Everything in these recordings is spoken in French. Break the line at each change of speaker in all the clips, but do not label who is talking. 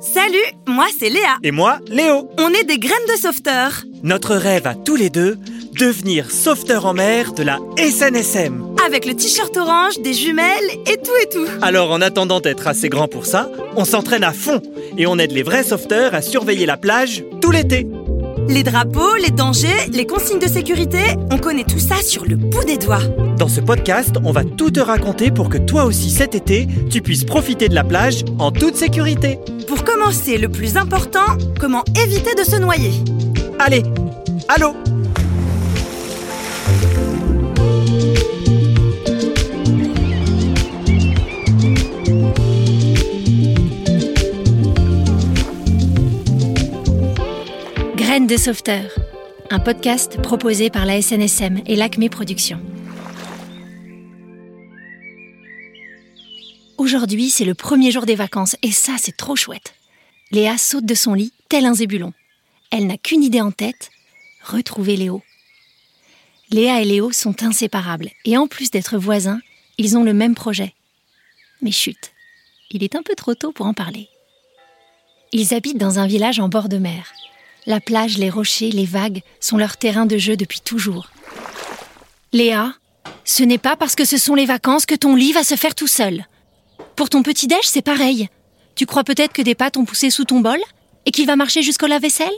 Salut, moi c'est Léa.
Et moi, Léo.
On est des graines de sauveteurs.
Notre rêve à tous les deux, devenir sauveteurs en mer de la SNSM.
Avec le t-shirt orange, des jumelles et tout et tout.
Alors en attendant d'être assez grand pour ça, on s'entraîne à fond et on aide les vrais sauveteurs à surveiller la plage tout l'été.
Les drapeaux, les dangers, les consignes de sécurité, on connaît tout ça sur le bout des doigts.
Dans ce podcast, on va tout te raconter pour que toi aussi cet été, tu puisses profiter de la plage en toute sécurité.
Pour commencer, le plus important, comment éviter de se noyer.
Allez, à l'eau
Graines de sauveteur, un podcast proposé par la SNSM et l'ACME Productions. Aujourd'hui, c'est le premier jour des vacances et ça, c'est trop chouette. Léa saute de son lit, tel un zébulon. Elle n'a qu'une idée en tête retrouver Léo. Léa et Léo sont inséparables et en plus d'être voisins, ils ont le même projet. Mais chut, il est un peu trop tôt pour en parler. Ils habitent dans un village en bord de mer. La plage, les rochers, les vagues sont leur terrain de jeu depuis toujours. Léa, ce n'est pas parce que ce sont les vacances que ton lit va se faire tout seul. Pour ton petit-déj, c'est pareil. Tu crois peut-être que des pattes ont poussé sous ton bol et qu'il va marcher jusqu'au lave-vaisselle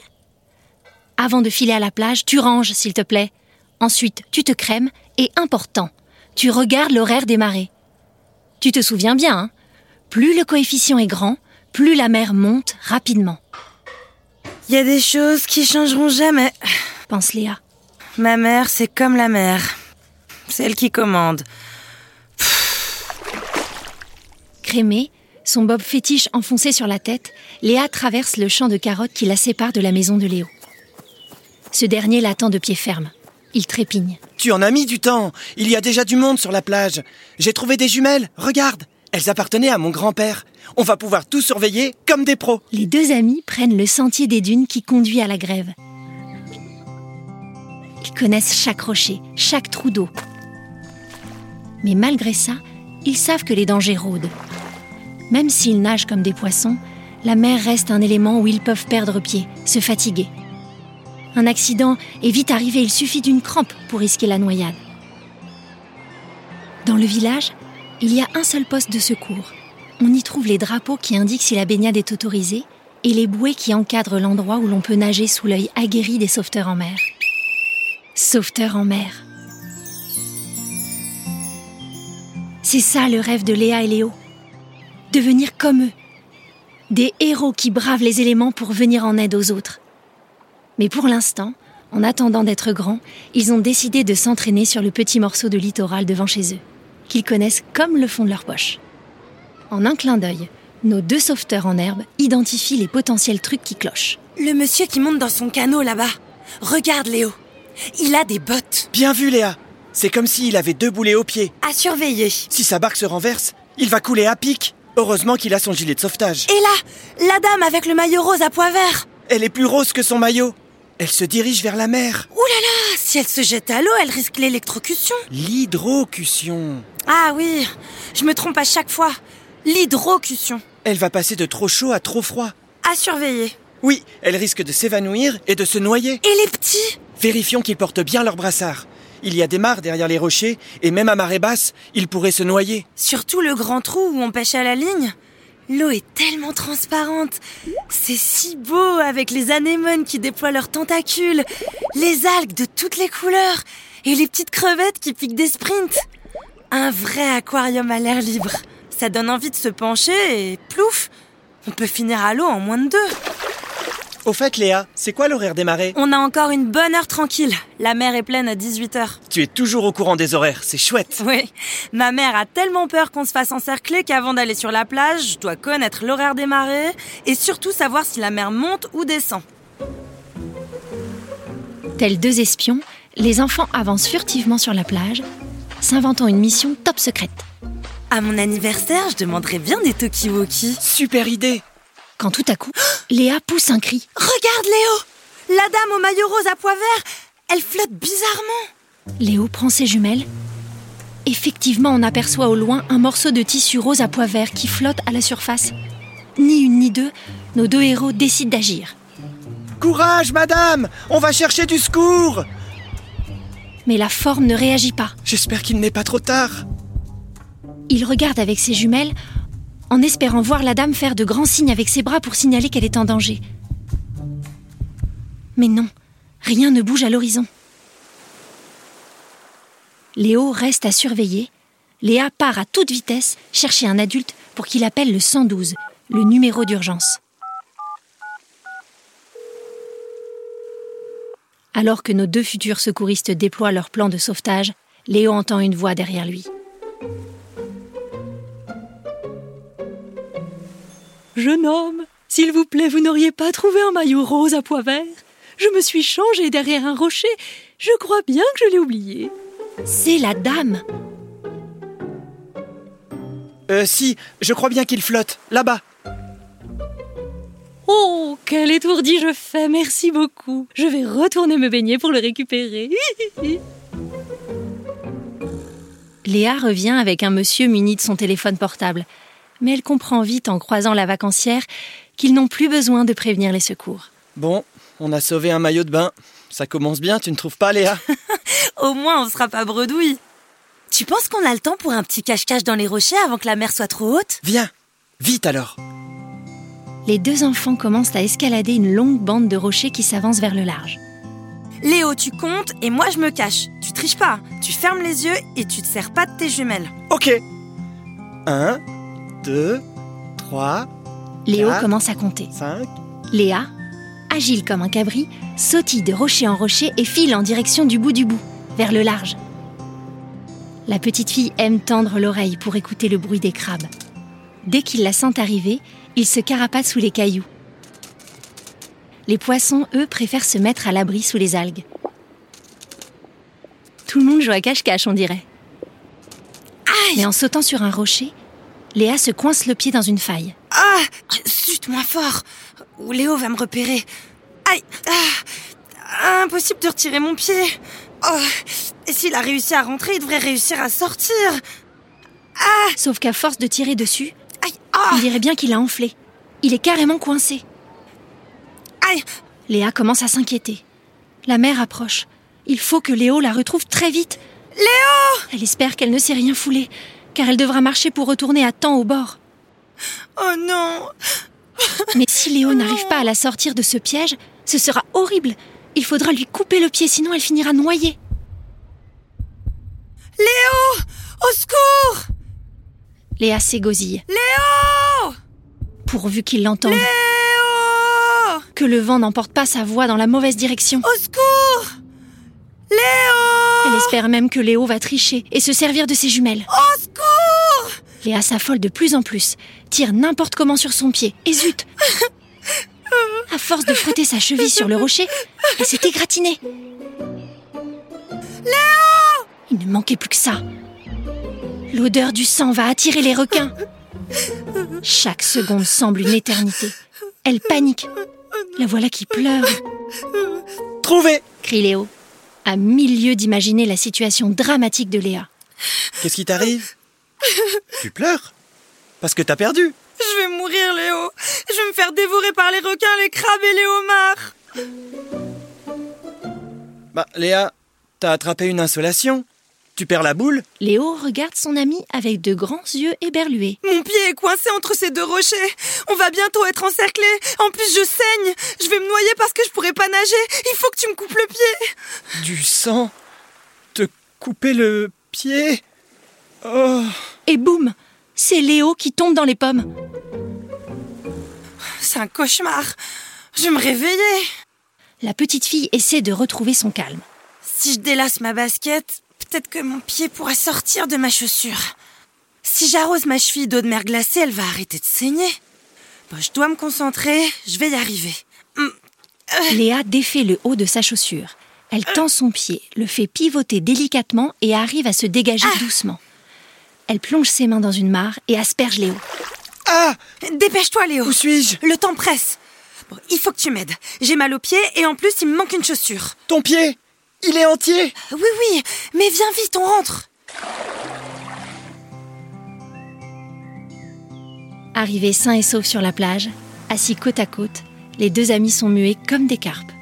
Avant de filer à la plage, tu ranges, s'il te plaît. Ensuite, tu te crèmes et, important, tu regardes l'horaire des marées. Tu te souviens bien, hein plus le coefficient est grand, plus la mer monte rapidement,
Il y a des choses qui changeront jamais.
pense Léa.
Ma mère, c'est comme la mère. C'est elle qui commande.
Crémée, son bob fétiche enfoncé sur la tête, Léa traverse le champ de carottes qui la sépare de la maison de Léo. Ce dernier l'attend de pied ferme. Il trépigne.
Tu en as mis du temps. Il y a déjà du monde sur la plage. J'ai trouvé des jumelles. Regarde. Elles appartenaient à mon grand-père. On va pouvoir tout surveiller comme des pros.
Les deux amis prennent le sentier des dunes qui conduit à la grève. Ils connaissent chaque rocher, chaque trou d'eau. Mais malgré ça, ils savent que les dangers rôdent. Même s'ils nagent comme des poissons, la mer reste un élément où ils peuvent perdre pied, se fatiguer. Un accident est vite arrivé, il suffit d'une crampe pour risquer la noyade. Dans le village, il y a un seul poste de secours. On y trouve les drapeaux qui indiquent si la baignade est autorisée et les bouées qui encadrent l'endroit où l'on peut nager sous l'œil aguerri des sauveteurs en mer. Sauveteurs en mer. C'est ça le rêve de Léa et Léo. Devenir comme eux. Des héros qui bravent les éléments pour venir en aide aux autres. Mais pour l'instant, en attendant d'être grands, ils ont décidé de s'entraîner sur le petit morceau de littoral devant chez eux, qu'ils connaissent comme le fond de leur poche. En un clin d'œil, nos deux sauveteurs en herbe identifient les potentiels trucs qui clochent.
Le monsieur qui monte dans son canot là-bas. Regarde Léo. Il a des bottes
Bien vu, Léa. C'est comme s'il avait deux boulets aux pieds.
à surveiller.
Si sa barque se renverse, il va couler à pic. Heureusement qu'il a son gilet de sauvetage.
Et là, la dame avec le maillot rose à pois vert.
Elle est plus rose que son maillot. Elle se dirige vers la mer.
Ouh là là, si elle se jette à l'eau, elle risque l'électrocution.
L'hydrocution.
Ah oui, je me trompe à chaque fois. L'hydrocution.
Elle va passer de trop chaud à trop froid.
À surveiller.
Oui, elle risque de s'évanouir et de se noyer.
Et les petits
Vérifions qu'ils portent bien leur brassard. Il y a des mares derrière les rochers, et même à marée basse, ils pourraient se noyer.
Surtout le grand trou où on pêche à la ligne. L'eau est tellement transparente. C'est si beau avec les anémones qui déploient leurs tentacules, les algues de toutes les couleurs et les petites crevettes qui piquent des sprints. Un vrai aquarium à l'air libre. Ça donne envie de se pencher et plouf, on peut finir à l'eau en moins de deux.
Au fait, Léa, c'est quoi l'horaire des marées
On a encore une bonne heure tranquille. La mer est pleine à 18h.
Tu es toujours au courant des horaires, c'est chouette.
Oui, ma mère a tellement peur qu'on se fasse encercler qu'avant d'aller sur la plage, je dois connaître l'horaire des marées et surtout savoir si la mer monte ou descend.
Tels deux espions, les enfants avancent furtivement sur la plage, s'inventant une mission top secrète.
À mon anniversaire, je demanderai bien des Tokiwoki.
Super idée
Quand tout à coup, Léa pousse un cri.
Regarde Léo La dame au maillot rose à pois vert, elle flotte bizarrement.
Léo prend ses jumelles. Effectivement, on aperçoit au loin un morceau de tissu rose à pois vert qui flotte à la surface. Ni une ni deux, nos deux héros décident d'agir.
Courage, madame On va chercher du secours
Mais la forme ne réagit pas.
J'espère qu'il n'est pas trop tard.
Il regarde avec ses jumelles en espérant voir la dame faire de grands signes avec ses bras pour signaler qu'elle est en danger. Mais non, rien ne bouge à l'horizon. Léo reste à surveiller. Léa part à toute vitesse chercher un adulte pour qu'il appelle le 112, le numéro d'urgence. Alors que nos deux futurs secouristes déploient leur plan de sauvetage, Léo entend une voix derrière lui.
Jeune homme, s'il vous plaît, vous n'auriez pas trouvé un maillot rose à pois vert Je me suis changée derrière un rocher. Je crois bien que je l'ai oublié.
C'est la dame
Euh, si, je crois bien qu'il flotte, là-bas.
Oh, quel étourdi je fais, merci beaucoup. Je vais retourner me baigner pour le récupérer.
Léa revient avec un monsieur muni de son téléphone portable, mais elle comprend vite en croisant la vacancière qu'ils n'ont plus besoin de prévenir les secours.
Bon, on a sauvé un maillot de bain. Ça commence bien, tu ne trouves pas, Léa
Au moins, on ne sera pas bredouille. Tu penses qu'on a le temps pour un petit cache-cache dans les rochers avant que la mer soit trop haute
Viens, vite alors.
Les deux enfants commencent à escalader une longue bande de rochers qui s'avance vers le large.
Léo, tu comptes et moi je me cache. Tu triches pas, tu fermes les yeux et tu te sers pas de tes jumelles.
Ok. Un, deux, trois,
Léo
Quatre.
commence à compter.
cinq.
Léa, agile comme un cabri, sautille de rocher en rocher et file en direction du bout du bout, vers le large. La petite fille aime tendre l'oreille pour écouter le bruit des crabes. Dès qu'ils la sentent arriver, ils se carapatent sous les cailloux. Les poissons, eux, préfèrent se mettre à l'abri sous les algues. Tout le monde joue à cache-cache, on dirait. Mais en sautant sur un rocher, Léa se coince le pied dans une faille.
Ah Zut, moins fort Ou Léo va me repérer. Aïe ah, Impossible de retirer mon pied. Oh, et s'il a réussi à rentrer, il devrait réussir à sortir.
Sauf qu'à force de tirer dessus,
Aïe ah,
Il dirait bien qu'il a enflé. Il est carrément coincé.
Aïe
Léa commence à s'inquiéter. La mère approche. Il faut que Léo la retrouve très vite. Léo Elle espère qu'elle ne s'est rien foulé, car elle devra marcher pour retourner à temps au bord.
Oh non
Mais si Léo n'arrive pas à la sortir de ce piège, ce sera horrible. Il faudra lui couper le pied, sinon elle finira noyée.
Léo Au secours
Léa s'égosille.
Léo
Pourvu qu'il l'entende,
Léo
que le vent n'emporte pas sa voix dans la mauvaise direction.
Au secours Léo
Elle espère même que Léo va tricher et se servir de ses jumelles.
Au secours
Léa s'affole de plus en plus, tire n'importe comment sur son pied, et zut À force de frotter sa cheville sur le rocher, elle s'est égratignée. Léo Il ne manquait plus que ça. L'odeur du sang va attirer les requins. Chaque seconde semble une éternité. Elle panique. La voilà qui pleure,
Trouvé
crie Léo, à mille lieues d'imaginer la situation dramatique de Léa.
Qu'est-ce qui t'arrive Tu pleures Parce que t'as perdu.
Je vais mourir, Léo Je vais me faire dévorer par les requins, les crabes et les homards
Bah, Léa, t'as attrapé une insolation. Tu perds la boule
Léo regarde son ami avec de grands yeux éberlués.
Mon pied est coincé entre ces deux rochers. On va bientôt être encerclés. En plus, je saigne. Je vais me noyer parce que je pourrai pas nager. Il faut que tu me coupes le pied.
Du sang Te couper le pied Oh
Et boum C'est Léo qui tombe dans les pommes.
C'est un cauchemar. Je vais me réveiller.
La petite fille essaie de retrouver son calme.
Si je délasse ma basket, peut-être que mon pied pourra sortir de ma chaussure. Si j'arrose ma cheville d'eau de mer glacée, elle va arrêter de saigner. Bon, je dois me concentrer. Je vais y arriver.
Léa défait le haut de sa chaussure. Elle tend son pied, le fait pivoter délicatement et arrive à se dégager doucement. Elle plonge ses mains dans une mare et asperge Léo.
Ah
Dépêche-toi, Léo.
Où suis-je
Le temps presse. Bon, il faut que tu m'aides. J'ai mal aux pieds et en plus, il me manque une chaussure.
Ton pied Il est entier
Oui, oui, mais viens vite, on rentre.
Arrivé sain et sauf sur la plage, Assis côte à côte, les deux amis sont muets comme des carpes.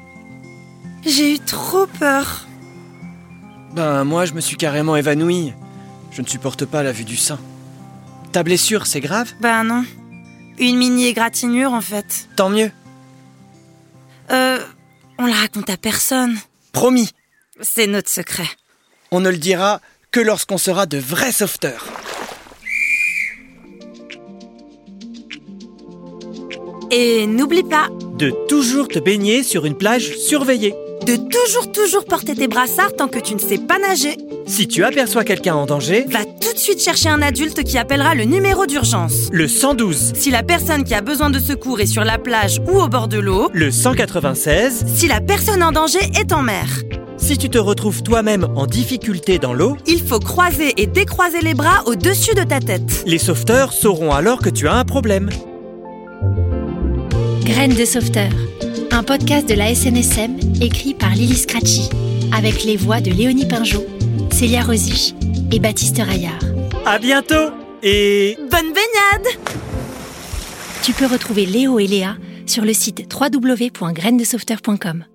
J'ai eu trop peur.
Ben, moi, je me suis carrément évanouie. Je ne supporte pas la vue du sein. Ta blessure, c'est grave
Ben non. Une mini égratignure en fait.
Tant mieux.
Euh, on la raconte à personne.
Promis,
C'est notre secret.
on ne le dira que lorsqu'on sera de vrais sauveteurs.
Et n'oublie pas
De toujours te baigner sur une plage surveillée.
de toujours toujours porter tes brassards tant que tu ne sais pas nager.
Si tu aperçois quelqu'un en danger,
Va tout de suite chercher un adulte qui appellera le numéro d'urgence.
le 112,
Si la personne qui a besoin de secours est sur la plage ou au bord de l'eau,
le 196,
si la personne en danger est en mer,
si tu te retrouves toi-même en difficulté dans l'eau,
il faut croiser et décroiser les bras au-dessus de ta tête.
les sauveteurs sauront alors que tu as un problème.
Graines de sauveteur, un podcast de la SNSM écrit par Lily Scratchy, avec les voix de Léonie Pinjot, Célia Rosich et Baptiste Raillard.
À bientôt et
Bonne baignade
Tu peux retrouver Léo et Léa sur le site www.grainesdesauveteur.com.